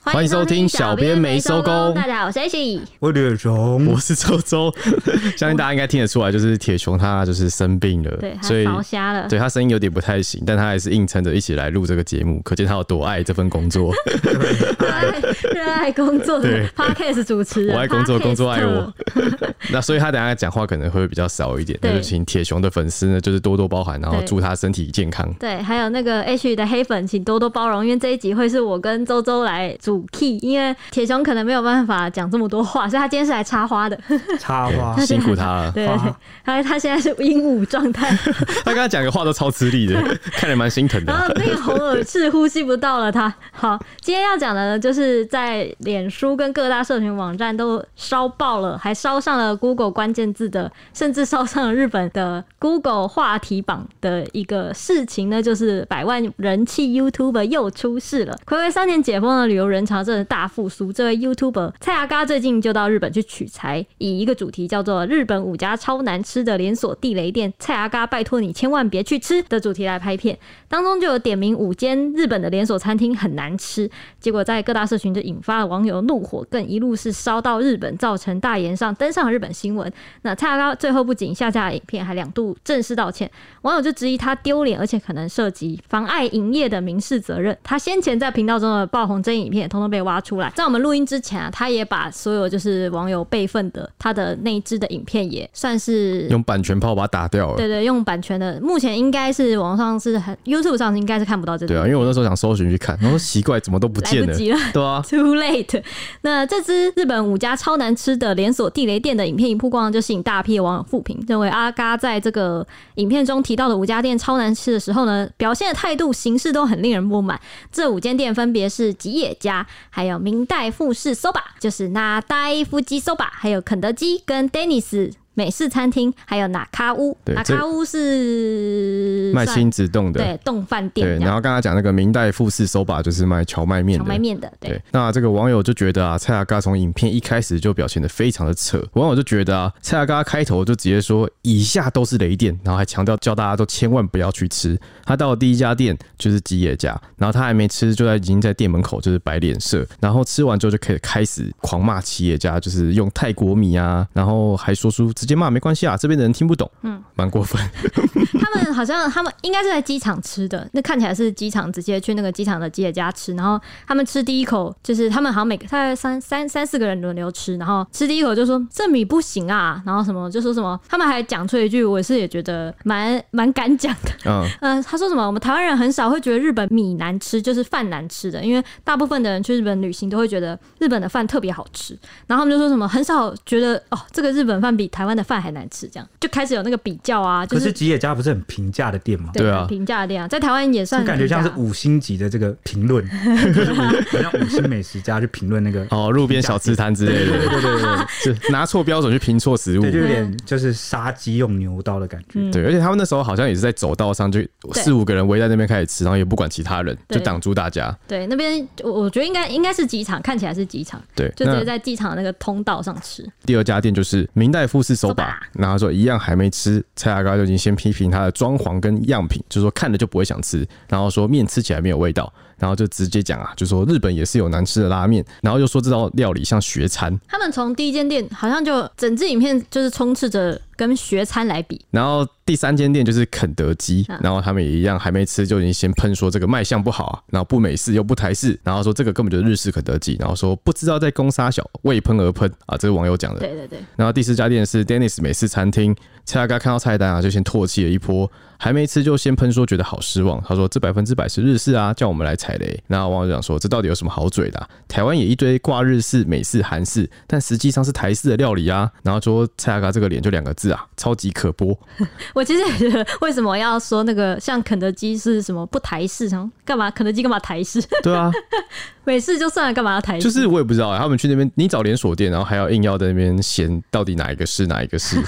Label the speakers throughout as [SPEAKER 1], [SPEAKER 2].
[SPEAKER 1] 欢迎收听小编没收工
[SPEAKER 2] 大家好，我是 H。E
[SPEAKER 3] 我脸
[SPEAKER 1] 我
[SPEAKER 3] 红，
[SPEAKER 1] 是周 周，相信大家应该听得出来，就是铁熊他就是生病了，
[SPEAKER 2] 对，他
[SPEAKER 1] 所以
[SPEAKER 2] 烧瞎了。
[SPEAKER 1] 对他声音有点不太行，但他还是硬撑着一起来录这个节目，可见他有多爱这份 工作。
[SPEAKER 2] 热爱热爱工作的
[SPEAKER 1] 对
[SPEAKER 2] Podcast 主持人，
[SPEAKER 1] 我爱工作，
[SPEAKER 2] Podcast
[SPEAKER 1] 工作 爱我。那所以他等一下讲话可能会比较少一点，
[SPEAKER 2] 对
[SPEAKER 1] 那就请铁熊的粉丝呢，就是多多包涵，然后
[SPEAKER 2] 对
[SPEAKER 1] 祝他身体健康。
[SPEAKER 2] 对，还有那个 H E 的黑粉，请多多包容，因为这一集会是我跟周周来主 key，因为铁熊可能没有办法讲这么多话，所以他今天是来插花的。
[SPEAKER 3] 插花，
[SPEAKER 1] 辛苦他了，
[SPEAKER 2] 对对对
[SPEAKER 3] 花，
[SPEAKER 2] 他他现在是鹦鹉状态，
[SPEAKER 1] 他刚刚讲的话都超吃力 的，看着蛮心疼的
[SPEAKER 2] 然
[SPEAKER 1] 啊。
[SPEAKER 2] 后那个红耳赤呼吸不到了他。好，今天要讲的呢，就是在脸书跟各大社群网站都烧爆了，还烧上了 Google 关键字的，甚至烧上了日本的 Google 话题榜的一个事情呢，就是百万人气 YouTuber 又出事了。暌违三年解封的旅游人潮真的大复苏，这位 YouTuber 蔡阿嘎最近就到日本去取材，以一个主题叫做“日本五家超难吃的连锁地雷店，蔡阿嘎拜托你千万别去吃”的主题来拍片。当中就有点名五间日本的连锁餐厅很难吃，结果在各大社群就引发了网友怒火，更一路是烧到日本，造成大炎上，登上了日本新闻。那蔡阿高最后不仅下架了影片，还两度正式道歉，网友就质疑他丢脸，而且可能涉及妨碍营业的民事责任。他先前在频道中的爆红争议影片，通通被挖出来。在我们录音之前啊，他也把所有就是网友备份的他的那一支的影片，也算是
[SPEAKER 1] 用版权炮把他打掉了
[SPEAKER 2] 对。对，用版权的，目前应该是网上是很 YouTube 上应该是看不到这个，
[SPEAKER 1] 对啊，因为我那时候想搜寻去看，然后奇怪怎么都不见
[SPEAKER 2] 来
[SPEAKER 1] 了
[SPEAKER 2] 不。及了。
[SPEAKER 1] 对啊，
[SPEAKER 2] Too late。那这支日本五家超难吃的连锁地雷店的影片一曝光，就吸引大批的网友复评，认为阿嘎在这个影片中提到的五家店超难吃的时候呢，表现的态度、形式都很令人不满。这五间店分别是吉野家，还有明代富士 soba，就是那代夫基 soba，还有肯德基跟 Dennis。美式餐厅还有哪卡屋，
[SPEAKER 1] 对
[SPEAKER 2] 哪
[SPEAKER 1] 这
[SPEAKER 2] 卡屋是
[SPEAKER 1] 卖
[SPEAKER 2] 算
[SPEAKER 1] 亲子冻的，
[SPEAKER 2] 对冻饭店
[SPEAKER 1] 对，
[SPEAKER 2] 这
[SPEAKER 1] 然
[SPEAKER 2] 样，
[SPEAKER 1] 后刚刚讲那个明代富士手把就是卖荞麦面
[SPEAKER 2] 荞
[SPEAKER 1] 的。
[SPEAKER 2] 麦面的，对
[SPEAKER 1] 对，那这个网友就觉得啊，蔡阿嘎从影片一开始就表现的非常的扯。网友就觉得啊，蔡阿嘎开头就直接说以下都是雷店，然后还强调叫大家都千万不要去吃。他到了第一家店就是吉野家，然后他还没吃就在已经在店门口就是摆脸色，然后吃完之后就可以开始狂骂吉野家，就是用泰国米啊，然后还说出直接骂没关系啊，这边的人听不懂，嗯，蛮过分。
[SPEAKER 2] 他们好像他们应该是在机场吃的，那看起来是机场直接去那个机场的吉野家吃，然后他们吃第一口就是他们好像每个大概三三三四个人轮流吃，然后吃第一口就说这米不行啊，然后什么就说什么，他们还讲出一句我是也觉得蛮蛮敢讲的，
[SPEAKER 1] 嗯，
[SPEAKER 2] 呃，他说什么？我们台湾人很少会觉得日本米难吃，就是饭难吃的，因为大部分的人去日本旅行都会觉得日本的饭特别好吃。然后他们就说什么很少觉得哦，这个日本饭比台湾的饭还难吃，这样就开始有那个比较啊，就
[SPEAKER 3] 可
[SPEAKER 2] 是
[SPEAKER 3] 是吉野家不是很平价的店吗？
[SPEAKER 2] 对
[SPEAKER 1] 对啊
[SPEAKER 2] 很平价的店啊，在台湾也算
[SPEAKER 3] 就感觉像是
[SPEAKER 2] 平价
[SPEAKER 3] 五星级的这个评 论，就是五好像五星美食家去评论那个，
[SPEAKER 1] 哦，路边小吃摊之类的， 对对对是拿错标准去评错食物
[SPEAKER 3] 对，。就有点就是杀鸡用牛刀的感觉。
[SPEAKER 2] 嗯
[SPEAKER 1] 对，而且他们那时候好像也是在走道上，就四五个人围在那边开始吃，然后也不管其他人，
[SPEAKER 2] 对
[SPEAKER 1] 就挡住大家。
[SPEAKER 2] 对那边，我我觉得应该应该是机场，看起来是机场，
[SPEAKER 1] 对，
[SPEAKER 2] 就直
[SPEAKER 1] 那
[SPEAKER 2] 接在机场那个通道上吃。
[SPEAKER 1] 第二家店就是明代富士手把，然后他说一样还没吃，蔡阿高就已经先批评他的装潢跟样品，就说看了就不会想吃，然后说面吃起来没有味道，然后就直接讲啊，就说日本也是有难吃的拉面，然后又说这道料理像学餐，
[SPEAKER 2] 他们从第一间店好像就整支影片就是充斥着跟学餐来比，
[SPEAKER 1] 然后第三间店就是肯德基
[SPEAKER 2] 嗯，
[SPEAKER 1] 然后他们也一样还没吃就已经先喷说这个卖相不好啊，然后不美式又不台式，然后说这个根本就是日式肯德基，然后说不知道在攻杀小为喷而喷啊，这是网友讲的。
[SPEAKER 2] 对对对。
[SPEAKER 1] 然后第四家店是 Dennis 美式餐厅，蔡阿嘎看到菜单啊就先唾弃了一波，还没吃就先喷说觉得好失望，他说这百分之百是日式啊，叫我们来踩雷。那网友讲说这到底有什么好嘴的啊、台湾也一堆挂日式、美式、韩式，但实际上是台式的料理啊。然后说蔡阿嘎这个脸就两个字啊，超级可播。
[SPEAKER 2] 我其实也觉得，为什么要说那个像肯德基是什么不台式？想干嘛？肯德基干嘛台式？
[SPEAKER 1] 对啊，
[SPEAKER 2] 美式就算了，干嘛要台式？
[SPEAKER 1] 就是我也不知道、欸，他们去那边，你找连锁店，然后还要硬要在那边嫌到底哪一个是哪一 个是，
[SPEAKER 2] 而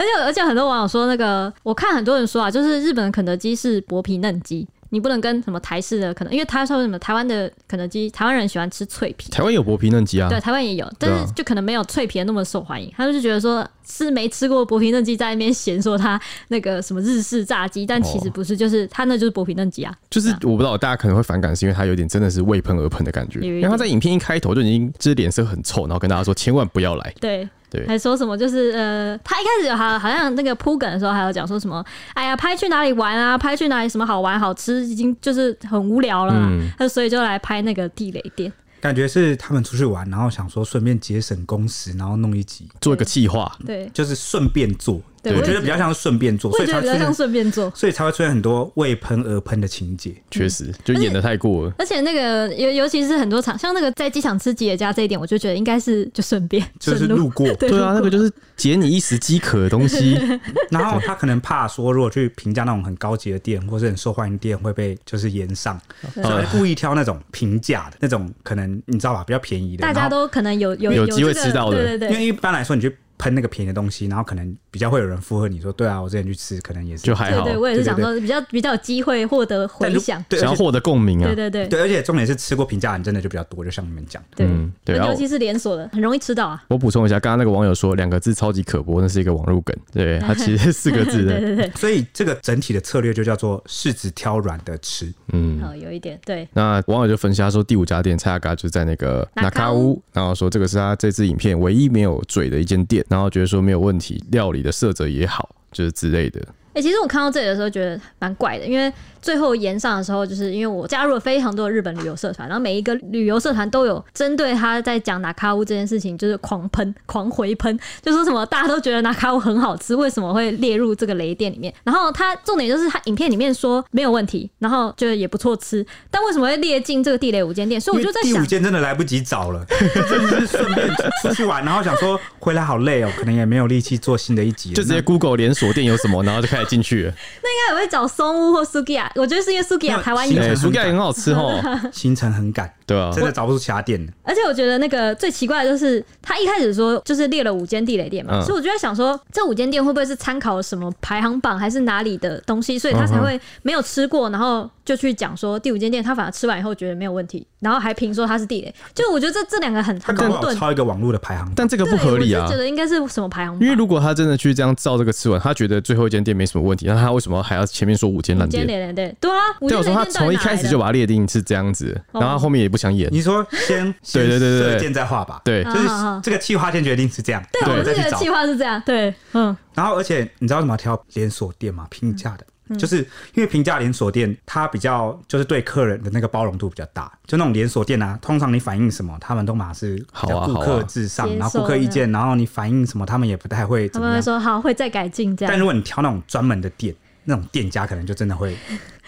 [SPEAKER 2] 且而且很多网友说那个，我看很多人说啊，就是日本的肯德基是薄皮嫩鸡，你不能跟什么台式的可能，因为他说什么台湾的肯德基，台湾人喜欢吃脆皮，
[SPEAKER 1] 台湾有薄皮嫩鸡啊，
[SPEAKER 2] 对，台湾也有，但
[SPEAKER 1] 对
[SPEAKER 2] 是
[SPEAKER 1] 啊
[SPEAKER 2] 就可能没有脆皮的那么受欢迎。他们就觉得说是没吃过薄皮嫩鸡，在那边嫌说它那个什么日式炸鸡，但其实不是，就是它那就是薄皮嫩鸡啊。
[SPEAKER 1] 就是我不知道大家可能会反感，是因为他有点真的是为喷而喷的感觉。
[SPEAKER 2] 有一
[SPEAKER 1] 因
[SPEAKER 2] 点
[SPEAKER 1] 为他在影片一开头就已经就是脸色很臭，然后跟大家说千万不要来。
[SPEAKER 2] 对。
[SPEAKER 1] 对
[SPEAKER 2] 还说什么就是呃，他一开始有好好像那个铺梗的时候，还有讲说什么，哎呀，拍去哪里玩啊，拍去哪里什么好玩好吃，已经就是很无聊了嘛，
[SPEAKER 1] 嗯
[SPEAKER 2] 他、所以就来拍那个地雷店。
[SPEAKER 3] 感觉是他们出去玩，然后想说顺便节省工时，然后弄一集，
[SPEAKER 1] 做一个计划，
[SPEAKER 2] 对，
[SPEAKER 3] 就是顺便做。
[SPEAKER 2] 对
[SPEAKER 3] 我
[SPEAKER 2] 我也
[SPEAKER 3] 觉
[SPEAKER 2] 觉
[SPEAKER 3] 得
[SPEAKER 2] 得
[SPEAKER 3] 比较像是顺便做，
[SPEAKER 2] 我
[SPEAKER 3] 所
[SPEAKER 2] 也
[SPEAKER 3] 以
[SPEAKER 2] 觉得
[SPEAKER 3] 才
[SPEAKER 2] 比
[SPEAKER 3] 会出
[SPEAKER 2] 较像
[SPEAKER 3] 现，
[SPEAKER 2] 顺便做。
[SPEAKER 3] 所以才会出现很多为喷而喷的情节。
[SPEAKER 1] 确实就演的太过了。
[SPEAKER 2] 而且那个尤尤其是很多场，像那个在机场吃吉野家这一点，我就觉得应该是就顺便
[SPEAKER 3] 就是
[SPEAKER 2] 顺
[SPEAKER 3] 路过
[SPEAKER 2] 对
[SPEAKER 1] 对啊，那个就是解你一时饥渴的东西。
[SPEAKER 3] 然后他可能怕说，如果去评价那种很高级的店或是很受欢迎的店，会被就是延上，所以他
[SPEAKER 1] 哦
[SPEAKER 3] 就故意挑那种平价的那种，可能你知道吧，比较便宜的。
[SPEAKER 2] 大家
[SPEAKER 3] 然后
[SPEAKER 2] 都可能有有
[SPEAKER 1] 有
[SPEAKER 2] 这
[SPEAKER 1] 机会
[SPEAKER 2] 个
[SPEAKER 1] 吃到的
[SPEAKER 2] 对对
[SPEAKER 3] 因
[SPEAKER 2] 对。
[SPEAKER 3] 为一般来说，你去喷那个便宜的东西，然后可能比较会有人附和你说，对啊，我之前去吃，可能也是
[SPEAKER 1] 就还
[SPEAKER 2] 对
[SPEAKER 1] 好，
[SPEAKER 2] 对，我也是
[SPEAKER 3] 对
[SPEAKER 2] 想
[SPEAKER 3] 对
[SPEAKER 2] 说比较比较有机会获得
[SPEAKER 3] 但
[SPEAKER 2] 回
[SPEAKER 3] 如
[SPEAKER 2] 响，
[SPEAKER 3] 对，
[SPEAKER 1] 想
[SPEAKER 3] 而
[SPEAKER 1] 要
[SPEAKER 3] 且
[SPEAKER 1] 获得共鸣 啊
[SPEAKER 2] 对。对对
[SPEAKER 3] 对，而且重点是吃过平价的人真的就比较多，就像你们讲，
[SPEAKER 2] 对
[SPEAKER 1] 嗯对
[SPEAKER 2] 那
[SPEAKER 1] 啊
[SPEAKER 2] 尤其是连锁的，很容易吃到啊。
[SPEAKER 1] 我补充一下，刚刚那个网友说两个字超级可播，那是一个网络梗，对，它其实是四个字
[SPEAKER 2] 对
[SPEAKER 1] 的，
[SPEAKER 2] 对对，
[SPEAKER 3] 所以这个整体的策略就叫做柿子挑软的吃。
[SPEAKER 1] 嗯。
[SPEAKER 2] 哦，有一点对。
[SPEAKER 1] 那网友就分析他说，第五家店蔡阿嘎就是在那个纳
[SPEAKER 2] 纳
[SPEAKER 1] 卡
[SPEAKER 2] 卡
[SPEAKER 1] 屋
[SPEAKER 2] 屋，
[SPEAKER 1] 然后说这个是他这次影片唯一没有嘴的一间店，然后觉得说没有问题，料理的色泽也好，就是之类的。
[SPEAKER 2] 哎、其实我看到这里的时候觉得蛮怪的，因为最后延上的时候，就是因为我加入了非常多的日本旅游社团，然后每一个旅游社团都有针对他在讲拿卡屋这件事情，就是狂喷、狂回喷，就说什么大家都觉得拿卡屋很好吃，为什么会列入这个雷店里面？然后他重点就是他影片里面说没有问题，然后觉得也不错吃，但为什么会列进这个地雷五间店？所以
[SPEAKER 3] 因
[SPEAKER 2] 我就
[SPEAKER 3] 为
[SPEAKER 2] 在
[SPEAKER 3] 第
[SPEAKER 2] 想
[SPEAKER 3] 五，间真的来不及找了， 真的是顺便出去玩，然后想说回来好累哦，可能也没有力气做新的一集了，
[SPEAKER 1] 就直接 Google 连锁店有什么，然后就开始进 去了。
[SPEAKER 2] 应该也会找松屋或 Sukiya，我觉得是因为 Sukiya 台湾
[SPEAKER 3] 没有
[SPEAKER 2] 有。
[SPEAKER 1] 对，
[SPEAKER 3] 很
[SPEAKER 1] 哎薯条也很好吃哦，
[SPEAKER 3] 那行程很赶，
[SPEAKER 1] 对啊，
[SPEAKER 3] 真的找不出其他店了。
[SPEAKER 2] 而且我觉得那个最奇怪的就是，他一开始说就是列了五间地雷店嘛，
[SPEAKER 1] 嗯
[SPEAKER 2] 所以我就在想说，这五间店会不会是参考什么排行榜还是哪里的东西，所以他
[SPEAKER 1] 嗯
[SPEAKER 2] 才会没有吃过，然后就去讲说第五间店他反而吃完以后觉得没有问题，然后还评说它是地雷，就我觉得这这两个很
[SPEAKER 3] 他
[SPEAKER 2] 很
[SPEAKER 3] 搞不
[SPEAKER 2] 矛
[SPEAKER 3] 好
[SPEAKER 2] 盾，
[SPEAKER 3] 抄一个网络的排行榜，
[SPEAKER 1] 但这个
[SPEAKER 2] 对，
[SPEAKER 1] 不合理啊
[SPEAKER 2] 我就觉。得应该是什么排行
[SPEAKER 1] 因为
[SPEAKER 2] 榜？
[SPEAKER 1] 如果他真的去这样照这个吃完，他觉得最后一间店没什么问题，那他为什么还要前面说五间
[SPEAKER 2] 五
[SPEAKER 1] 烂
[SPEAKER 2] 间
[SPEAKER 1] 店？
[SPEAKER 2] 连连对对啊，五
[SPEAKER 1] 对
[SPEAKER 2] 间连
[SPEAKER 1] 我说
[SPEAKER 2] 连
[SPEAKER 1] 他
[SPEAKER 2] 店到
[SPEAKER 1] 从
[SPEAKER 2] 底
[SPEAKER 1] 一
[SPEAKER 2] 哪来
[SPEAKER 1] 开始
[SPEAKER 2] 的
[SPEAKER 1] 就把它列定是这样子，然后他后面也不想 演。
[SPEAKER 3] 你说先
[SPEAKER 1] 对对对对对
[SPEAKER 3] 先射箭再画吧，
[SPEAKER 1] 对
[SPEAKER 3] 就是
[SPEAKER 2] 嗯嗯嗯
[SPEAKER 3] 这个计划先决定是这样，
[SPEAKER 2] 对，我
[SPEAKER 3] 然
[SPEAKER 2] 们
[SPEAKER 3] 后再
[SPEAKER 2] 这
[SPEAKER 3] 去
[SPEAKER 2] 个
[SPEAKER 3] 找
[SPEAKER 2] 计。划是这样，对，嗯，
[SPEAKER 3] 然后而且你知道怎么挑连锁店吗？平价的。
[SPEAKER 2] 嗯
[SPEAKER 3] 就是因为平价连锁店，它比较就是对客人的那个包容度比较大。就那种连锁店啊，通常你反映什么，他们都马是比
[SPEAKER 1] 好
[SPEAKER 3] 较
[SPEAKER 1] 啊
[SPEAKER 3] 顾
[SPEAKER 1] 好啊
[SPEAKER 3] 客至上，
[SPEAKER 2] 接受
[SPEAKER 3] 然后顾客意见，然后你反映什么，他们也不太会
[SPEAKER 2] 他
[SPEAKER 3] 怎么
[SPEAKER 2] 们会
[SPEAKER 3] 样。
[SPEAKER 2] 说好会再改进这
[SPEAKER 3] 但
[SPEAKER 2] 样，
[SPEAKER 3] 如果你挑那种专门的店，那种店家可能就真的会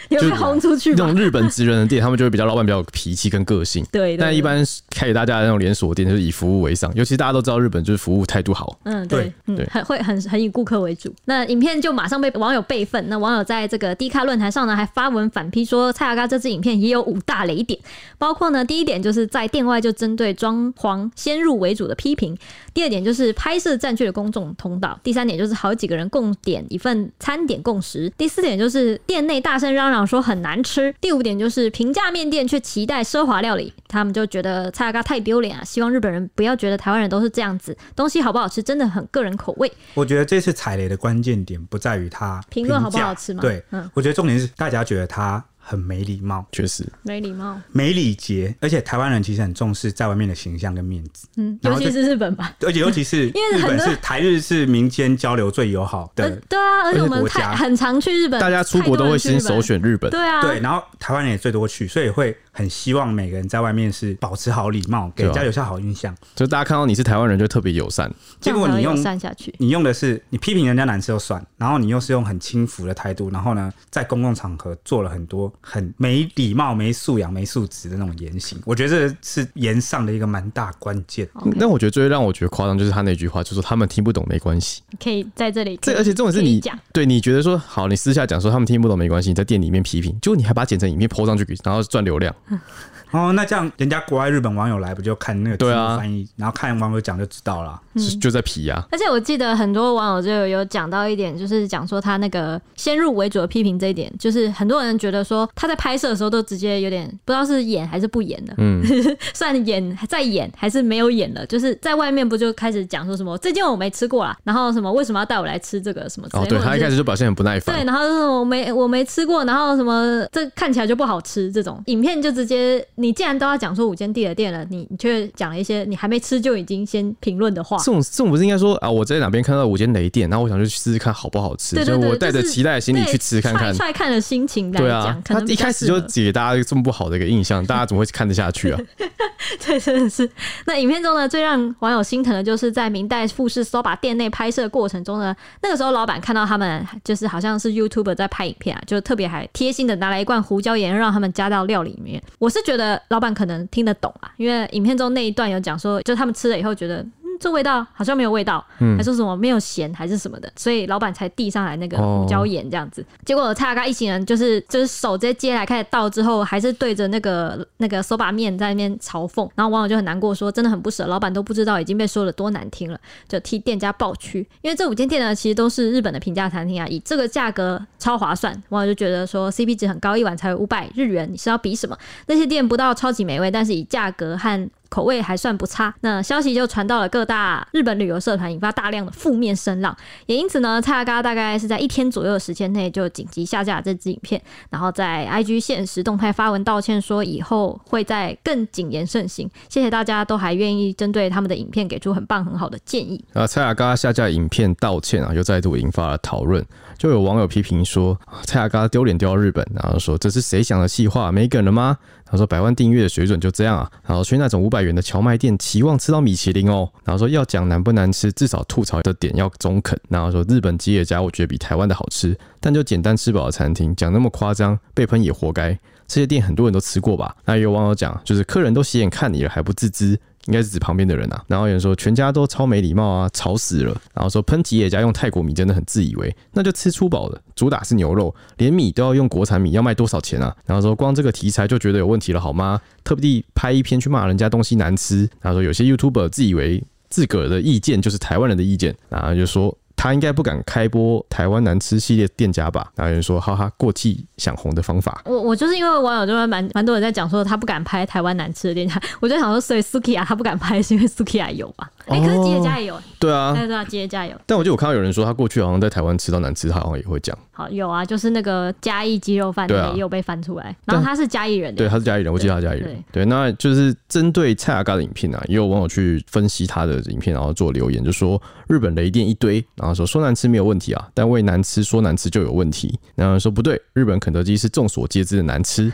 [SPEAKER 2] 你会被
[SPEAKER 1] 就
[SPEAKER 2] 轰出去
[SPEAKER 1] 那
[SPEAKER 2] 吧？
[SPEAKER 1] 种日本职人的店，他们就会比较老板比较有脾气跟个性。
[SPEAKER 2] 对对
[SPEAKER 1] 但
[SPEAKER 2] 对
[SPEAKER 1] 一般开给大家的那种连锁店，就是以服务为上，尤其大家都知道日本就是服务态度好。
[SPEAKER 2] 嗯，
[SPEAKER 3] 对
[SPEAKER 2] 对，嗯
[SPEAKER 1] 对，
[SPEAKER 2] 很会很很以顾客为主。那影片就马上被网友备份。那网友在这个 D 卡论坛上呢，还发文反批说蔡雅嘎这支影片也有五大雷点，包括呢第一点就是在店外就针对装潢先入为主的批评，第二点就是拍摄占据了公众通道，第三点就是好几个人共点一份餐点共识，第四点就是店内大声嚷嚷说很难吃，第五点就是平价面店却期待奢华料理，他们就觉得蔡雅嘎太丢脸啊，希望日本人不要觉得台湾人都是这样子，东西好不好吃真的很个人口味。
[SPEAKER 3] 我觉得这次踩雷的关键点不在于它
[SPEAKER 2] 评论好不
[SPEAKER 3] 价
[SPEAKER 2] 好吃嘛
[SPEAKER 3] 对，
[SPEAKER 2] 嗯
[SPEAKER 3] 我觉得重点是大家觉得它很没礼貌、
[SPEAKER 1] 确实，
[SPEAKER 2] 没礼貌，
[SPEAKER 3] 没礼节，而且台湾人其实很重视在外面的形象跟面 子，
[SPEAKER 2] 嗯，
[SPEAKER 3] 然
[SPEAKER 2] 尤
[SPEAKER 3] 后
[SPEAKER 2] 其
[SPEAKER 3] 这
[SPEAKER 2] 是日本吧，
[SPEAKER 3] 而且尤其是
[SPEAKER 2] 因为
[SPEAKER 3] 日
[SPEAKER 2] 很
[SPEAKER 3] 本
[SPEAKER 2] 多
[SPEAKER 3] 是台日是民间交流最友好
[SPEAKER 2] 呃
[SPEAKER 3] 的，
[SPEAKER 2] 对啊，而且我们
[SPEAKER 3] 国
[SPEAKER 2] 太
[SPEAKER 3] 家
[SPEAKER 2] 很常去日本，
[SPEAKER 1] 大家出国都会先首选日
[SPEAKER 2] 太多人去日本，。
[SPEAKER 1] 本
[SPEAKER 2] 对啊，
[SPEAKER 3] 对，然后台湾人也最多去，所以会很希望每个人在外面是保持好礼貌，给
[SPEAKER 1] 对啊
[SPEAKER 3] 人家留下好印象。
[SPEAKER 1] 就大家看到你是台湾人，就特别友善。
[SPEAKER 2] 这
[SPEAKER 3] 结
[SPEAKER 2] 样
[SPEAKER 3] 果
[SPEAKER 2] 才
[SPEAKER 3] 你
[SPEAKER 2] 会友
[SPEAKER 3] 用
[SPEAKER 2] 善下去。
[SPEAKER 3] 你用的是你批评人家难吃就算，然后你又是用很轻浮的态度，然后呢，在公共场合做了很多很没礼貌、没素养、没素质的那种言行，我觉得这是言上的一个蛮大关键。
[SPEAKER 2] OK，
[SPEAKER 1] 那我觉得最让我觉得夸张就是他那句话，就说他们听不懂没关系。
[SPEAKER 2] 可以在这里可以，
[SPEAKER 1] 这而且重点是
[SPEAKER 2] 可以
[SPEAKER 1] 你
[SPEAKER 2] 讲。
[SPEAKER 1] 对你觉得说好，你私下讲说他们听不懂没关系，你在店里面批评，就你还把它剪成影片 PO 上去，然后赚流量，
[SPEAKER 3] 哦，那这样人家国外日本网友来不就看那个字幕
[SPEAKER 1] 对啊
[SPEAKER 3] 翻译，然后看网友讲就知道了。
[SPEAKER 2] 嗯
[SPEAKER 1] 就就在皮啊，
[SPEAKER 2] 而且我记得很多网友就有有讲到一点，就是讲说他那个先入为主的批评这一点，就是很多人觉得说他在拍摄的时候都直接有点不知道是演还是不演的， 嗯，算演在演还是没有演了，就是在外面不就开始讲说什么这件我没吃过啦，然后什么为什么要带我来吃这个什么之类
[SPEAKER 1] 哦，
[SPEAKER 2] 的，
[SPEAKER 1] 对
[SPEAKER 2] 或者
[SPEAKER 1] 他一
[SPEAKER 2] 是
[SPEAKER 1] 开始就表现很不耐
[SPEAKER 2] 对，
[SPEAKER 1] 烦，
[SPEAKER 2] 然后就是我没我没吃过，然后什么这看起来就不好吃，这种影片就直接你既然都要讲说五间地的店了，你你却讲了一些你还没吃就已经先评论的话
[SPEAKER 1] 这，种这种不是应该说啊，我在哪边看到五间雷店，然后我想去试试看好不好吃，
[SPEAKER 2] 对对
[SPEAKER 1] 所以
[SPEAKER 2] 对
[SPEAKER 1] 我带着
[SPEAKER 2] 就是
[SPEAKER 1] 期待的心理去吃看看
[SPEAKER 2] 对。踹踹看的心情来
[SPEAKER 1] 对
[SPEAKER 2] 讲，
[SPEAKER 1] 啊，
[SPEAKER 2] 可
[SPEAKER 1] 他
[SPEAKER 2] 能
[SPEAKER 1] 一开始就
[SPEAKER 2] 比较适合
[SPEAKER 1] 给大家这么不好的一个印象，大家怎么会看得下去啊？
[SPEAKER 2] 对，真的是。那影片中呢，最让网友心疼的就是在明代富士 SOBA 店内拍摄的过程中呢，那个时候老板看到他们就是好像是 YouTuber 在拍影片啊，就特别还贴心的拿来一罐胡椒盐让他们加到料里面。我是觉得老板可能听得懂啊，因为影片中那一段有讲说，就他们吃了以后觉得。嗯，这味道好像没有味道，还说什么没有咸还是什么的，所以老板才递上来那个胡椒盐这样子。结果蔡雅刚一行人就是就是手直接接来开始倒之后，还是对着那个那个手把面在那边嘲讽，然后网友就很难过说，真的很不舍，老板都不知道已经被说的多难听了，就替店家抱屈。因为这五间店呢，其实都是日本的平价餐厅啊，以这个价格超划算，网友就觉得说 CP 值很高，一碗才五百日元，你是要比什么？那些店不到超级美味，但是以价格和口味还算不差。那消息就传到了各大日本旅游社团，引发大量的负面声浪。也因此呢，蔡阿嘎大概是在一天左右的时间内就紧急下架这支影片，然后在 IG 现实动态发文道歉，说以后会再更谨言慎行。谢谢大家都还愿意针对他们的影片给出很棒很好的建议。
[SPEAKER 1] 啊，蔡雅嘎下架影片道歉啊，又再度引发了讨论。就有网友批评说，啊蔡雅嘎丢脸丢到日本，然后说这是谁想的气话，没梗了吗？他说百万订阅的水准就这样啊，然后去那种五百元的荞麦店期望吃到米其林哦，然后说要讲难不难吃，至少吐槽的点要中肯，然后说日本吉野家我觉得比台湾的好吃，但就简单吃饱的餐厅讲那么夸张，被喷也活该。这些店很多人都吃过吧？那也有网友讲，就是客人都斜眼看你了还不自知，应该是指旁边的人啊。然后有人说全家都超没礼貌啊，吵死了。然后说喷吉野家用泰国米真的很自以为，那就吃粗饱的，主打是牛肉，连米都要用国产米，要卖多少钱啊？然后说光这个题材就觉得有问题了好吗？特地拍一篇去骂人家东西难吃。然后说有些 YouTuber 自以为自个儿的意见就是台湾人的意见，然后就说。他应该不敢开播台湾难吃系列店家吧？然后有人说，哈哈，过气想红的方法。
[SPEAKER 2] 我我就是因为网友就会蛮蛮多人在讲说他不敢拍台湾难吃的店 家，我就想说，所以 Sukiya 他不敢拍是因为 Sukiya 有吧？哎、可是吉野家也有，
[SPEAKER 1] 对啊，
[SPEAKER 2] 对对啊，吉野家有。
[SPEAKER 1] 但我记得我看到有人说，他过去好像在台湾吃到难吃，他好像也会讲，
[SPEAKER 2] 好有啊，就是那个嘉义鸡肉饭
[SPEAKER 1] 对啊
[SPEAKER 2] 也有被翻出来，然后他是嘉义人欸
[SPEAKER 1] 对，啊
[SPEAKER 2] 的，
[SPEAKER 1] 他是家里人，我记得他是家里人。对，那就是针对蔡雅嘎的影片啊，也有网友去分析他的影片，然后做留言，就说日本雷电一堆，然后说说难吃没有问题啊，但为难吃说难吃就有问题。然后说不对，日本肯德基是众所皆知的难 吃。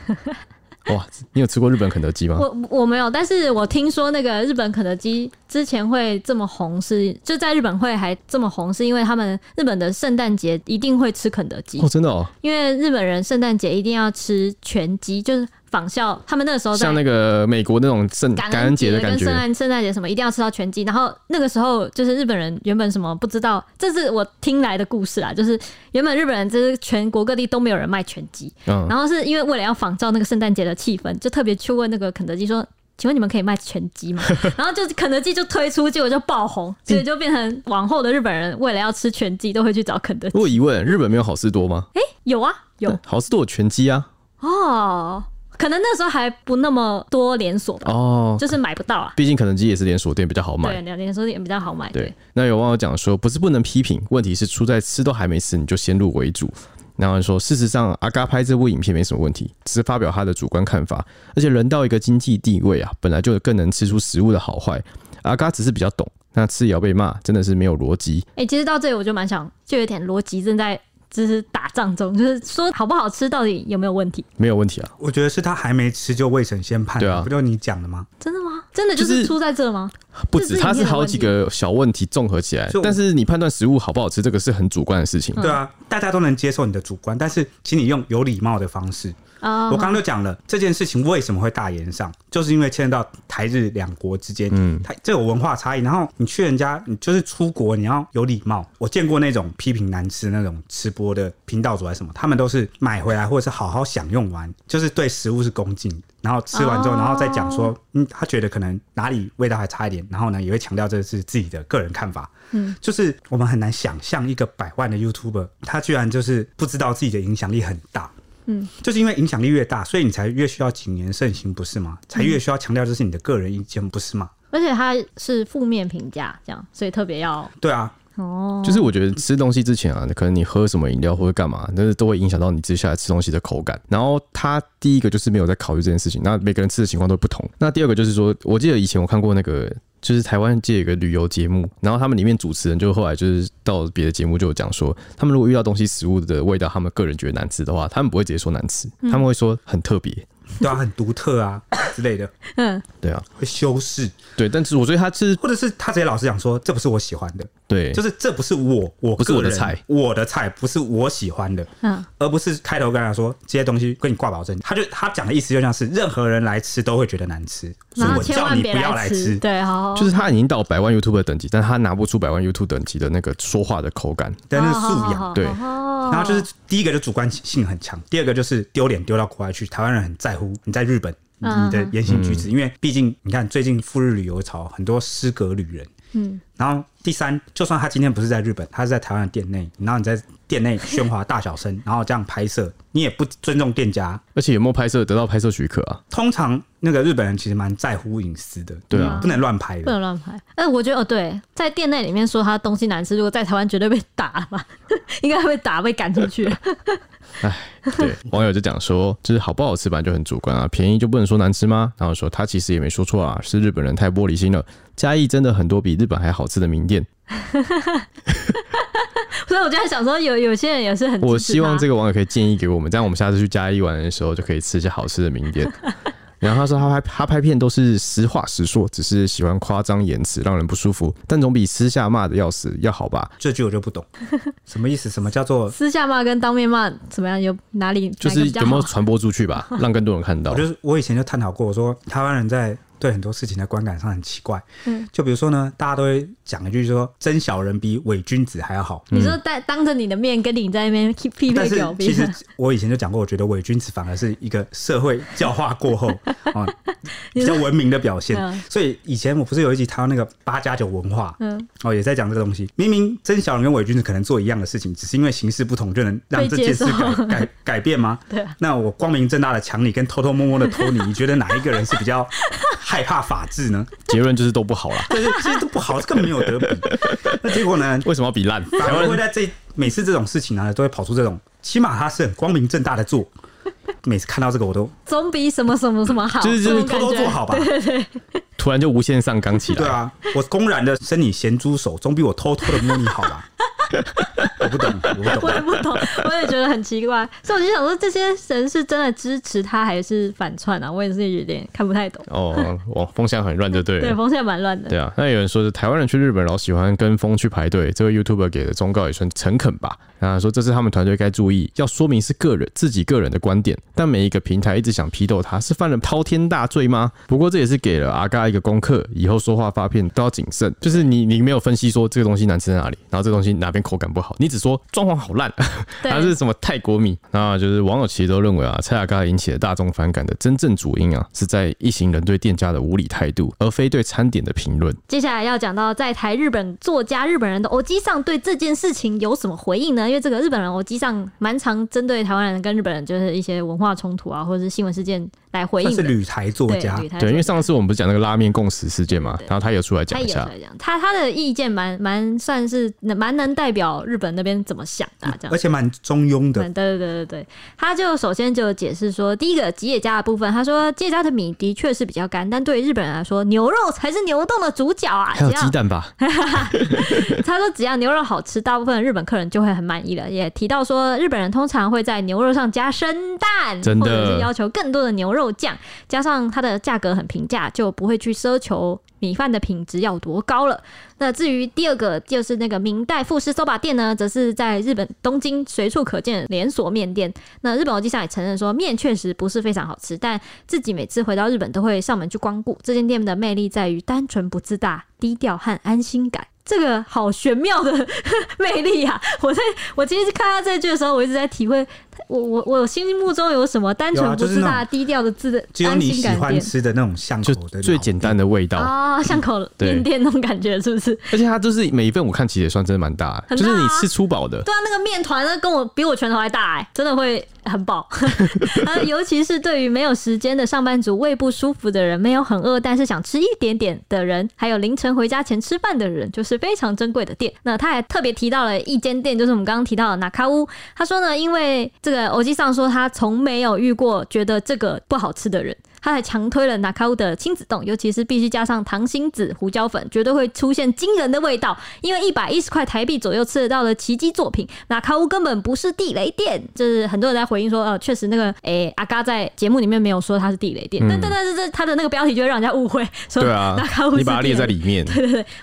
[SPEAKER 1] 哇，你有吃过日本肯德基吗？
[SPEAKER 2] 我我没有，但是我听说那个日本肯德基之前会这么红是，就在日本会还这么红，是因为他们日本的圣诞节一定会吃肯德基，
[SPEAKER 1] 哦，真的哦，
[SPEAKER 2] 因为日本人圣诞节一定要吃全鸡，就是仿效他们那个时候在
[SPEAKER 1] 像那个美国那种圣
[SPEAKER 2] 感
[SPEAKER 1] 嗯感
[SPEAKER 2] 恩
[SPEAKER 1] 恩
[SPEAKER 2] 节
[SPEAKER 1] 节的哦感
[SPEAKER 2] 跟圣
[SPEAKER 1] 觉，
[SPEAKER 2] 诞圣诞节什么一定要吃到全鸡。然后那个时候就是日本人原本什么不知道，这是我听来的故事啊，就是原本日本人就是全国各地都没有人卖全鸡，
[SPEAKER 1] 嗯，
[SPEAKER 2] 然后是因为为了要仿照那个圣诞节的气氛，就特别去问那个肯德基说。请问你们可以卖全鸡 吗？然后就是肯德基就推出，结果就爆红，所
[SPEAKER 1] 嗯
[SPEAKER 2] 以就变成往后的日本人为了要吃全鸡都会去找肯德基。
[SPEAKER 1] 我有疑问，日本没有好事多吗？
[SPEAKER 2] 有啊，有
[SPEAKER 1] 好事多有全鸡啊。
[SPEAKER 2] 哦，可能那时候还不那么多连锁吧，
[SPEAKER 1] 哦，
[SPEAKER 2] 就是买不到啊。
[SPEAKER 1] 毕竟肯德基也是连锁店，比较好卖
[SPEAKER 2] 对，。两连锁店比较好买。
[SPEAKER 1] 对，那有网友讲说，不是不能批评，问题是出在吃都还没吃，你就先入为主。然后说，事实上，阿嘎拍这部影片没什么问题，只是发表他的主观看法。而且人到一个经济地位啊，本来就更能吃出食物的好坏。阿嘎只是比较懂，那吃也要被骂，真的是没有逻辑。
[SPEAKER 2] 哎、其实到这里我就蛮想，就有点逻辑正在就是打仗中，就是说好不好吃到底有没有问题？
[SPEAKER 1] 没有问题啊，
[SPEAKER 3] 我觉得是他还没吃就未审先判，
[SPEAKER 1] 对啊
[SPEAKER 3] 不就你讲的吗？
[SPEAKER 2] 真的吗？真的就
[SPEAKER 1] 就是是
[SPEAKER 2] 出在这吗？
[SPEAKER 1] 不
[SPEAKER 2] 这
[SPEAKER 1] 止
[SPEAKER 2] 是
[SPEAKER 1] 它
[SPEAKER 2] 影
[SPEAKER 1] 是
[SPEAKER 2] 片的
[SPEAKER 1] 好
[SPEAKER 2] 问
[SPEAKER 1] 几
[SPEAKER 2] 题
[SPEAKER 1] 个小问题综合起来
[SPEAKER 3] 就，
[SPEAKER 1] 但是你判断食物好不好
[SPEAKER 2] 嗯
[SPEAKER 1] 吃，这个是很主观的事情。
[SPEAKER 3] 对啊，大家都能接受你的主观，但是请你用有礼貌的方式，
[SPEAKER 2] 啊
[SPEAKER 3] 我刚刚就讲了这件事情为什么会大延上，就是因为牵扯到台日两国之间，嗯，它这有文化差异。然后你去人家，你就是出国，你要有礼貌。我见过那种批评难吃那种吃播的频道主还是什么，他们都是买回来或者是好好享用完，就是对食物是恭敬的。然后吃完之后，
[SPEAKER 2] 哦
[SPEAKER 3] 然后再讲说，嗯，他觉得可能哪里味道还差一点，然后呢也会强调这是自己的个人看法。嗯，就是我们很难想象一个百万的 YouTuber，他居然就是不知道自己的影响力很大。
[SPEAKER 2] 嗯，
[SPEAKER 3] 就是因为影响力越大，所以你才越需要谨言慎行，不是
[SPEAKER 2] 嗯
[SPEAKER 3] 吗？才越需要强调这是你的个人意见，不是吗？
[SPEAKER 2] 而且它是负面评价，这样，所以特别要
[SPEAKER 3] 对 啊，
[SPEAKER 2] 哦，
[SPEAKER 1] 就是我觉得吃东西之前啊，可能你喝什么饮料或者干嘛，但是都会影响到你接下来吃东西的口感。然后他第一个就是没有在考虑这件事情，那每个人吃的情况都不同。那第二个就是说，我记得以前我看过那个。就是台湾界有一个旅游节目，然后他们里面主持人就后来就是到别的节目就有讲说，他们如果遇到东西食物的味道，他们个人觉得难吃的话，他们不会直接说难吃，他们会说很特别，
[SPEAKER 3] 对啊，很独特啊之类的，
[SPEAKER 2] 嗯，
[SPEAKER 1] 对啊，
[SPEAKER 3] 会修饰，
[SPEAKER 1] 对。但是我觉得他是
[SPEAKER 3] 或者是他直接老实讲说，这不是我喜欢的，
[SPEAKER 1] 对，
[SPEAKER 3] 就是这不是我我
[SPEAKER 1] 不是我的
[SPEAKER 3] 个人
[SPEAKER 1] 菜，
[SPEAKER 3] 我的菜不是我喜欢的，
[SPEAKER 2] 嗯，
[SPEAKER 3] 而不是开头跟他说这些东西跟你挂保证，他就他讲的意思就像是任何人来吃都会觉得难吃，所以
[SPEAKER 2] 然后
[SPEAKER 3] 我
[SPEAKER 2] 千
[SPEAKER 3] 叫
[SPEAKER 2] 万
[SPEAKER 3] 你
[SPEAKER 2] 别
[SPEAKER 3] 不要来
[SPEAKER 2] 吃，
[SPEAKER 3] 吃。
[SPEAKER 2] 对，好，
[SPEAKER 1] 就是他已经到百万 YouTube 的等级，但他拿不出百万 YouTube 等级的那个说话的口感。
[SPEAKER 3] 的那个
[SPEAKER 2] 好好
[SPEAKER 3] 素
[SPEAKER 2] 好
[SPEAKER 3] 养
[SPEAKER 2] 好，
[SPEAKER 1] 对
[SPEAKER 2] 然
[SPEAKER 3] 然后就是第一个就主观性很强，第二个就是丢脸丢到国外去，台湾人很在乎你在日本你
[SPEAKER 2] 嗯
[SPEAKER 3] 你的言行举止，因为毕竟你看最近赴日旅游潮，很多失格旅人。
[SPEAKER 2] 嗯，
[SPEAKER 3] 然后第三，就算他今天不是在日本，他是在台湾的店内，然后你在店内喧哗大小声，然后这样拍摄，你也不尊重店家。
[SPEAKER 1] 而且有没有拍摄得到拍摄许可 啊？
[SPEAKER 3] 通常那个日本人其实蛮在乎隐私的，
[SPEAKER 1] 对啊
[SPEAKER 3] 不能乱拍
[SPEAKER 2] 不
[SPEAKER 3] 的。
[SPEAKER 2] 能乱拍。哎，我觉得哦，对，在店内里面说他东西难吃，如果在台湾绝对被打吧， 应该会被打被赶出去。
[SPEAKER 1] 对，网友就讲说，就是好不好吃本来就很主观啊，便宜就不能说难吃吗？然后说他其实也没说错啊，是日本人太玻璃心了。嘉义真的很多比日本还好吃的名 店，
[SPEAKER 2] 所以我就在想说有，有些人也是很
[SPEAKER 1] 我希望这
[SPEAKER 2] 个
[SPEAKER 1] 个网友可以建议给我们，这样我们下次去嘉义玩的时候就可以吃一些好吃的 名店。然后他说他拍他拍片都是实话实说，只是喜欢夸张言辞，让人不舒服，但总比私下骂的要死要好吧？
[SPEAKER 3] 这句我就不懂，什么意思？什么叫做？
[SPEAKER 2] 私下骂跟当面骂怎么样？有哪里
[SPEAKER 1] 就是
[SPEAKER 2] 哪个比较
[SPEAKER 1] 有没有
[SPEAKER 2] 好
[SPEAKER 1] 传播出去吧，让更多人看到
[SPEAKER 3] 我。就是我以前就探讨过，我说台湾人在对很多事情的观感上很奇怪。
[SPEAKER 2] 嗯
[SPEAKER 3] 就比如说呢，大家都会讲一句说“真小人比伪君子还要好”，
[SPEAKER 2] 你说当当着你的面跟你在那边批批
[SPEAKER 3] 嗯但
[SPEAKER 2] 配
[SPEAKER 3] 是
[SPEAKER 2] 狗
[SPEAKER 3] 其
[SPEAKER 2] 逼，
[SPEAKER 3] 实我以前就讲过，我觉得伪君子反而是一个社会教化过 后啊、比较文明的表现
[SPEAKER 2] 嗯。
[SPEAKER 3] 所以以前我不是有一集谈到那个八加九文化，
[SPEAKER 2] 嗯，
[SPEAKER 3] 哦，也在讲这个东西。明明真小人跟伪君子可能做一样的事情，只是因为形式不同，就能让
[SPEAKER 2] 被
[SPEAKER 3] 这件事
[SPEAKER 2] 接受
[SPEAKER 3] 改改 改变吗？
[SPEAKER 2] 对啊
[SPEAKER 3] 那我光明正大的抢你，跟偷偷摸摸的偷你，你觉得哪一个人是比较害怕法治呢？
[SPEAKER 1] 结论就是都 不好啦。
[SPEAKER 3] 对对，这都不好，这个没有得比。那结果呢？
[SPEAKER 1] 为什么要比烂？
[SPEAKER 3] 反
[SPEAKER 1] 台
[SPEAKER 3] 而
[SPEAKER 1] 湾
[SPEAKER 3] 会
[SPEAKER 1] 人
[SPEAKER 3] 在这每次这种事情呢、都会跑出这种，起码他是很光明正大的做。每次看到这个，我都
[SPEAKER 2] 总比什么什么什么好，
[SPEAKER 1] 就是
[SPEAKER 2] 这
[SPEAKER 1] 就
[SPEAKER 2] 种
[SPEAKER 1] 是
[SPEAKER 3] 你偷偷
[SPEAKER 2] 感觉
[SPEAKER 3] 做好吧。
[SPEAKER 1] 突然就无限上纲起来。
[SPEAKER 3] 对啊，我公然的伸你咸猪手，总比我偷偷的摸你好吧？我不懂，我不 懂
[SPEAKER 2] 我。也不懂，我也觉得很奇怪，所以我就想说，这些人是真的支持他还是反串啊？我也是有点看不太懂。
[SPEAKER 1] 哦，哦，风向很乱，就对
[SPEAKER 2] 对，
[SPEAKER 1] 了。
[SPEAKER 2] 风向蛮乱的。
[SPEAKER 1] 对啊，那有人说是台湾人去日本，然后喜欢跟风去排队，这位 YouTuber 给的忠告也算诚恳吧。那他说这是他们团队该注意，要说明是个人自己个人的观点，但每一个平台一直想批斗他，是犯了滔天大罪吗？不过这也是给了阿嘎一个功课，以后说话发片都要谨慎。就是你你没有分析说这个东西难吃在哪里，然后这个东西哪边口感不好，你只说装潢好烂，
[SPEAKER 2] 对
[SPEAKER 1] 它是什么泰国米？那就是网友其实都认为啊，蔡雅嘎引起了大众反感的真正主因啊，是在一行人对店家的无理态度，而非对餐点的评论。
[SPEAKER 2] 接下来要讲到在台日本作家日本人的欧基上对这件事情有什么回应呢？因为这个日本人欧基上蛮常针对台湾人跟日本人就是一些文化冲突啊，或者是新闻事件来回
[SPEAKER 3] 他
[SPEAKER 2] 应
[SPEAKER 3] 是
[SPEAKER 2] 的。
[SPEAKER 3] 旅台作
[SPEAKER 2] 哎对
[SPEAKER 3] 家，
[SPEAKER 2] 旅台
[SPEAKER 1] 对，因为
[SPEAKER 2] 作
[SPEAKER 1] 上次我们不是讲那个拉面共识事件嘛，然后他有出来
[SPEAKER 2] 他
[SPEAKER 1] 讲
[SPEAKER 2] 也
[SPEAKER 1] 一
[SPEAKER 2] 有
[SPEAKER 1] 下
[SPEAKER 2] 出。来讲，他他的意见蛮蛮算是蛮能代表日本那边怎么想的、啊，这样
[SPEAKER 3] 而。且蛮中庸的
[SPEAKER 2] 嗯，。对对对对对，他就首先就解释说，第一个吉野家的部分，他说吉野家的米的确是比较干，但对于日本人来说，牛肉才是牛冻的主角啊。
[SPEAKER 1] 还
[SPEAKER 2] 只
[SPEAKER 1] 有
[SPEAKER 2] 要
[SPEAKER 1] 鸡 蛋吧？
[SPEAKER 2] 他说只要牛肉好吃，大部分日本客人就会很满意了。也提到说，日本人通常会在牛肉上加生蛋，
[SPEAKER 1] 真的
[SPEAKER 2] 或者是要求更多的牛肉酱，加上它的价格很平价，就不会去奢求。米饭的品质要有多高了。那至于第二个就是那个明代富士 soba 店呢，则是在日本东京随处可见的连锁面店。那日本国际上也承认说面确实不是非常好吃，但自己每次回到日本都会上门去光顾。这间店的魅力在于单纯不自大、低调和安心感。这个好玄妙的 魅力呀、我在我今天看到这句的时候，我一直在体会，我我我心目中有什么单
[SPEAKER 3] 有啊
[SPEAKER 2] 纯不
[SPEAKER 3] 就是
[SPEAKER 2] 自
[SPEAKER 3] 那
[SPEAKER 2] 大、
[SPEAKER 3] 种
[SPEAKER 2] 低调的字的
[SPEAKER 3] 只有
[SPEAKER 2] 安
[SPEAKER 3] 你
[SPEAKER 2] 心
[SPEAKER 3] 喜
[SPEAKER 2] 感
[SPEAKER 3] 欢
[SPEAKER 2] 店
[SPEAKER 3] 吃的那种巷
[SPEAKER 1] 就
[SPEAKER 3] 口的
[SPEAKER 1] 最
[SPEAKER 3] 老
[SPEAKER 1] 简单的味道。
[SPEAKER 2] 啊、巷口
[SPEAKER 1] 对
[SPEAKER 2] 面店那种感觉是不是？
[SPEAKER 1] 而且它就是每一份我看其实也算真的蛮大的，
[SPEAKER 2] 很大啊
[SPEAKER 1] 就是你吃粗饱 的，
[SPEAKER 2] 对啊，那个面团呢，跟我比我拳头还大哎、真的会很饱。 呃，尤其是对于没有时间的上班族、胃不舒服的人、没有很饿但是想吃一点点的人，还有凌晨回家前吃饭的人，就是非常珍贵的店。那他还特别提到了一间店，就是我们刚刚提到的纳卡屋。他说呢，因为这个欧基上说他从没有遇过觉得这个不好吃的人。他还强推了纳卡屋的亲子冻，尤其是必须加上糖心子、胡椒粉，绝对会出现惊人的味道。因为一百一十块台币左右吃得到的奇迹作品，那卡屋根本不是地雷店。就是很多人在回应说，呃，确实那个诶、阿嘎在节目里面没有说它是地雷店，
[SPEAKER 1] 嗯
[SPEAKER 2] 但但但是这他的那个标题就会让人家误会， 说
[SPEAKER 1] 对啊
[SPEAKER 2] 那卡屋，是
[SPEAKER 1] 你把它列
[SPEAKER 2] 地雷
[SPEAKER 1] 在里面，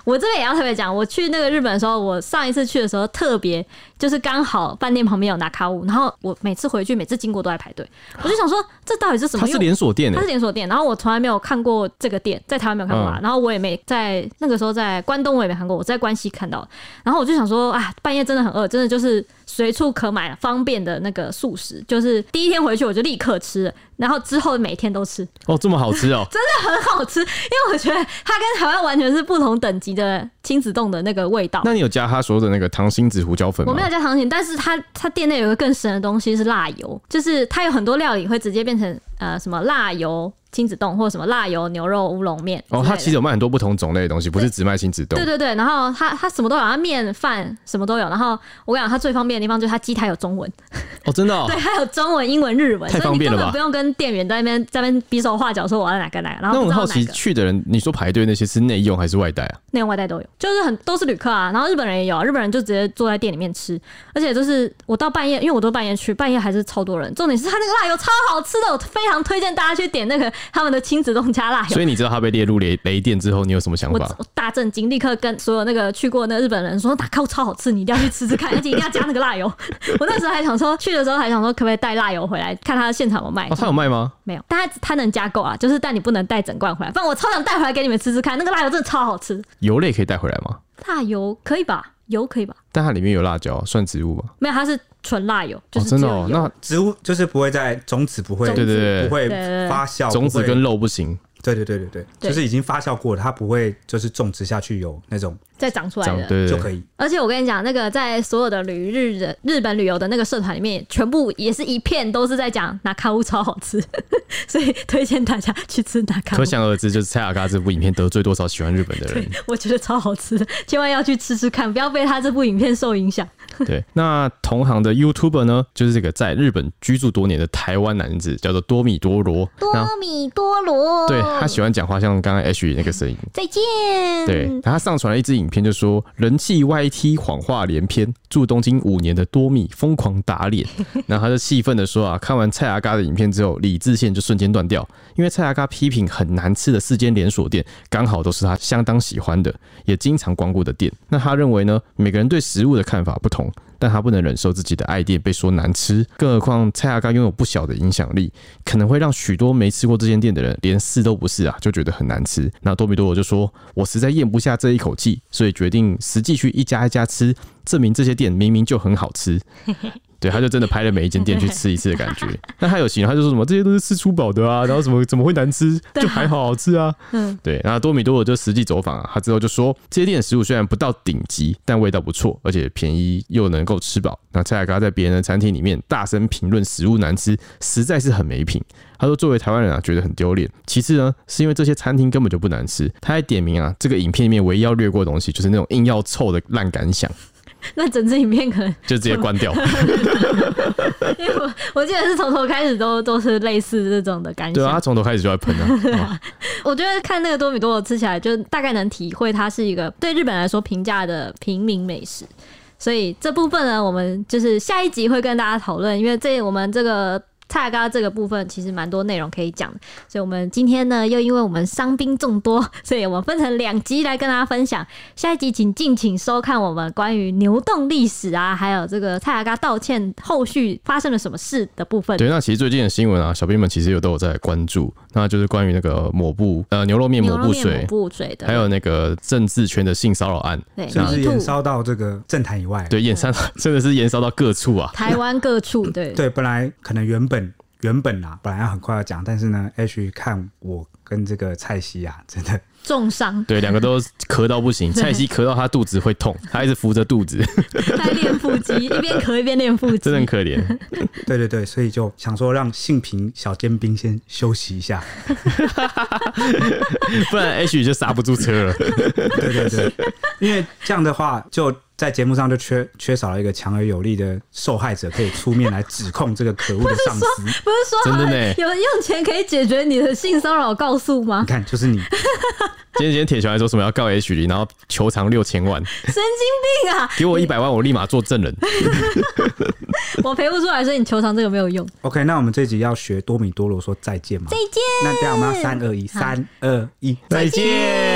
[SPEAKER 2] 我这边也要特别讲，我去那个日本的时候，我上一次去的时候特别就是刚好饭店旁边有拿卡屋，然后我每次回去每次经过都在排队，我就想说这到底是什么？
[SPEAKER 1] 它
[SPEAKER 2] 因为
[SPEAKER 1] 是
[SPEAKER 2] 我
[SPEAKER 1] 连锁店 欸
[SPEAKER 2] 它是
[SPEAKER 1] 诶，
[SPEAKER 2] 连锁店，然后我从来没有看过这个店，在台湾没有看过啊。
[SPEAKER 1] 嗯
[SPEAKER 2] 然后我也没在那个时候在关东我也没看过，我在关西看到。然后我就想说啊，半夜真的很饿，真的就是随处可买方便的那个素食，就是第一天回去我就立刻吃了，然后之后每天都吃，
[SPEAKER 1] 哦，这么好吃哦，
[SPEAKER 2] 很好吃。因为我觉得它跟台湾完全是不同等级的亲子冻的那个味道。
[SPEAKER 1] 那你有加他说的那个糖心子胡椒粉吗
[SPEAKER 2] 我没？有加糖心，但是它它店内有一个更神的东西是辣油，就是它有很多料理会直接变成呃什么辣油亲子冻或者什么辣油牛肉乌龙面之类
[SPEAKER 1] 哦，
[SPEAKER 2] 的。
[SPEAKER 1] 它其实有卖很多不同种类的东西，不是只卖亲子冻
[SPEAKER 2] 对。对对，然后它它什么都有，它面饭什么都有。然后我跟你讲，它最方便的地方就是它机台有中文，
[SPEAKER 1] 哦，真的哦
[SPEAKER 2] 对，，它有中文、英文、日文，
[SPEAKER 1] 太
[SPEAKER 2] 所以
[SPEAKER 1] 方
[SPEAKER 2] 你
[SPEAKER 1] 便
[SPEAKER 2] 根
[SPEAKER 1] 了
[SPEAKER 2] 本
[SPEAKER 1] 吧
[SPEAKER 2] 不用跟店员在那边在那边比手画脚说我要哪个哪个，然
[SPEAKER 1] 那
[SPEAKER 2] 后
[SPEAKER 1] 我
[SPEAKER 2] 不
[SPEAKER 1] 很
[SPEAKER 2] 知道
[SPEAKER 1] 好奇，
[SPEAKER 2] 哪个
[SPEAKER 1] 去的人，你说排队那些是内用还是外带啊？
[SPEAKER 2] 内容外带都有，就是很都是旅客啊。然后日本人也有啊，日本人就直接坐在店里面吃，而且就是我到半夜，因为我都半夜去，半夜还是超多人。重点是它那个辣油超好吃的，我非常推荐大家去点那个他们的亲子冻加辣油
[SPEAKER 1] 所。以你知道它被列入雷雷店之后，你有什么想
[SPEAKER 2] 我
[SPEAKER 1] 法？
[SPEAKER 2] 我大震惊，立刻跟所有那个去过那日本人说，打扣超好吃，你一定要去吃吃看，而且一定要加那个辣油。我那时候还想说，去的时候还想说，可不可以带辣油回来，看他现场有卖
[SPEAKER 1] 哦，。他有卖吗？
[SPEAKER 2] 没有，但他他能加购啊，就是但你不能带整罐回来。不然我超想带回来给你们吃吃看，那个辣油真的超好吃。
[SPEAKER 1] 油类可以带回来吗？
[SPEAKER 2] 辣油可以吧？油可以吧？
[SPEAKER 1] 但它里面有辣椒，算植物吗？
[SPEAKER 2] 没有，它是纯辣油，就
[SPEAKER 1] 哦，
[SPEAKER 2] 是
[SPEAKER 1] 真
[SPEAKER 2] 只
[SPEAKER 1] 的
[SPEAKER 2] 有油。
[SPEAKER 1] 哦，那
[SPEAKER 3] 植物就是不会在种子不会
[SPEAKER 2] 种
[SPEAKER 1] 对对
[SPEAKER 3] 不
[SPEAKER 1] 对对，
[SPEAKER 3] 会
[SPEAKER 2] 对对对
[SPEAKER 3] 发酵，
[SPEAKER 1] 种子
[SPEAKER 3] 不会
[SPEAKER 1] 跟肉不行，
[SPEAKER 3] 对对对对对，
[SPEAKER 2] 对
[SPEAKER 3] 就是已经发酵过了，它不会就是种植下去有那种
[SPEAKER 2] 再长出来
[SPEAKER 1] 长
[SPEAKER 2] 的。
[SPEAKER 1] 对
[SPEAKER 3] 就
[SPEAKER 1] 对
[SPEAKER 3] 可
[SPEAKER 1] 对，
[SPEAKER 3] 以。
[SPEAKER 2] 而且我跟你讲，那个在所有的旅日的日本旅游的那个社团里面，全部也是一片都是在讲拿卡乌超好吃， 所以推荐大家去吃拿 卡
[SPEAKER 1] 可
[SPEAKER 2] 乌。
[SPEAKER 1] 想而知，就是蔡雅嘎这部影片得罪多少喜欢日本的人。
[SPEAKER 2] 我觉得超好吃的，千万要去吃吃看，不要被他这部影片受影响。
[SPEAKER 1] 对，那同行的 YouTuber 呢，就是这个在日本居住多年的台湾男子，叫做多米多罗。那
[SPEAKER 2] 米多罗
[SPEAKER 1] 对他喜欢讲话，像刚刚 H 那个声音。
[SPEAKER 2] 再见。
[SPEAKER 1] 对，
[SPEAKER 2] 嗯
[SPEAKER 1] 然后他上传了一支影片，就说人气 YT 谎话连篇，住东京五年的多米疯狂打脸。然后他就气愤的说啊，看完蔡阿嘎的影片之后，理智线就瞬间断掉，因为蔡阿嘎批评很难吃的四间连锁店，刚好都是他相当喜欢的，也经常光顾的店。那他认为呢，每个人对食物的看法不同。但他不能忍受自己的爱店被说难吃，更何况蔡阿嘎拥有不小的影响力，可能会让许多没吃过这间店的人连试都不试啊，就觉得很难吃。那多米多我就说，我实在咽不下这一口气，所以决定实际去一家一家吃，证明这些店明明就很 好吃。对，他就真的拍了每一间店去吃一次的感觉。那他有形容，他就说什么这些都是吃出饱的啊，然后怎么怎么会难吃，
[SPEAKER 2] 对啊
[SPEAKER 1] 就还好好吃啊。
[SPEAKER 2] 嗯，
[SPEAKER 1] 对，然后多米多我就实际走访啊，他之后就说，这些店的食物虽然不到顶级，但味道不错，而且便宜又能够吃饱。那蔡雅嘎在别人的餐厅里面大声评论食物难吃，实在是很没品。他说，作为台湾人啊，觉得很丢脸。其次呢，是因为这些餐厅根本就不难吃。他还点名啊，这个影片里面唯一要略过的东西，就是那种硬要臭的烂感想，
[SPEAKER 2] 那整支影片可能
[SPEAKER 1] 就直接关掉。
[SPEAKER 2] 因为我我记得是从头开始都都是类似这种的感觉。
[SPEAKER 1] 对啊，他从头开始就在喷 啊。
[SPEAKER 2] 我觉得看那个多米多，我吃起来就大概能体会它是一个对日本来说平价的平民美食。所以这部分呢，我们就是下一集会跟大家讨论，因为这我们这个。蔡阿嘎这个部分其实蛮多内容可以讲的，所以我们今天呢，又因为我们伤兵众多，所以我们分成两集来跟大家分享。下一集请敬请收看我们关于牛顿历史啊，还有这个蔡阿嘎道歉后续发生了什么事的部分。
[SPEAKER 1] 对，那其实最近的新闻啊，小编们其实有都有在关注，那就是关于那个抹布呃牛肉面抹
[SPEAKER 2] 牛肉
[SPEAKER 1] 布
[SPEAKER 2] 面抹
[SPEAKER 1] 水，
[SPEAKER 2] 布水的，
[SPEAKER 1] 还有那个政治圈的性骚扰案，
[SPEAKER 2] 对
[SPEAKER 3] 是不是
[SPEAKER 2] Me too
[SPEAKER 3] 延烧到这个政坛以外？
[SPEAKER 1] 对，延烧 真的是延烧到各处啊。
[SPEAKER 2] 台湾各处对
[SPEAKER 3] 对，本来可能原本原本啦，本来要很快要讲，但是呢，H 看我跟这个蔡西啊，真的
[SPEAKER 2] 重伤，
[SPEAKER 1] 对，两个 都咳到不行，蔡西咳到他肚子会痛，他一直扶着肚子，
[SPEAKER 2] 还练腹肌，一边咳一边练腹肌，
[SPEAKER 1] 真的很可怜。
[SPEAKER 3] 对对对，所以就想说让性平小尖兵先休息一下。
[SPEAKER 1] 不然 H 就刹不住车了。
[SPEAKER 3] 对对对，因为这样的话，就在节目上就缺缺少了一个强而有力的受害者可以出面来指控这个可恶的上司。
[SPEAKER 2] 不是说
[SPEAKER 1] 真的
[SPEAKER 2] 好
[SPEAKER 1] 呢
[SPEAKER 2] 有用钱可以解决你的性骚扰告诉吗
[SPEAKER 3] 你？看，就是你，
[SPEAKER 1] 今天今天铁拳还说什么要告 H 零，然后求偿六千万，
[SPEAKER 2] 神经病啊！
[SPEAKER 1] 给我一百万，我立马做证人。
[SPEAKER 2] 我赔不出来，所以你求偿这个没有用。
[SPEAKER 3] OK，那我们这集要学多米多罗说再见吗？
[SPEAKER 2] 再见。
[SPEAKER 3] 那这样我们要三二一，三二一，
[SPEAKER 1] 再见。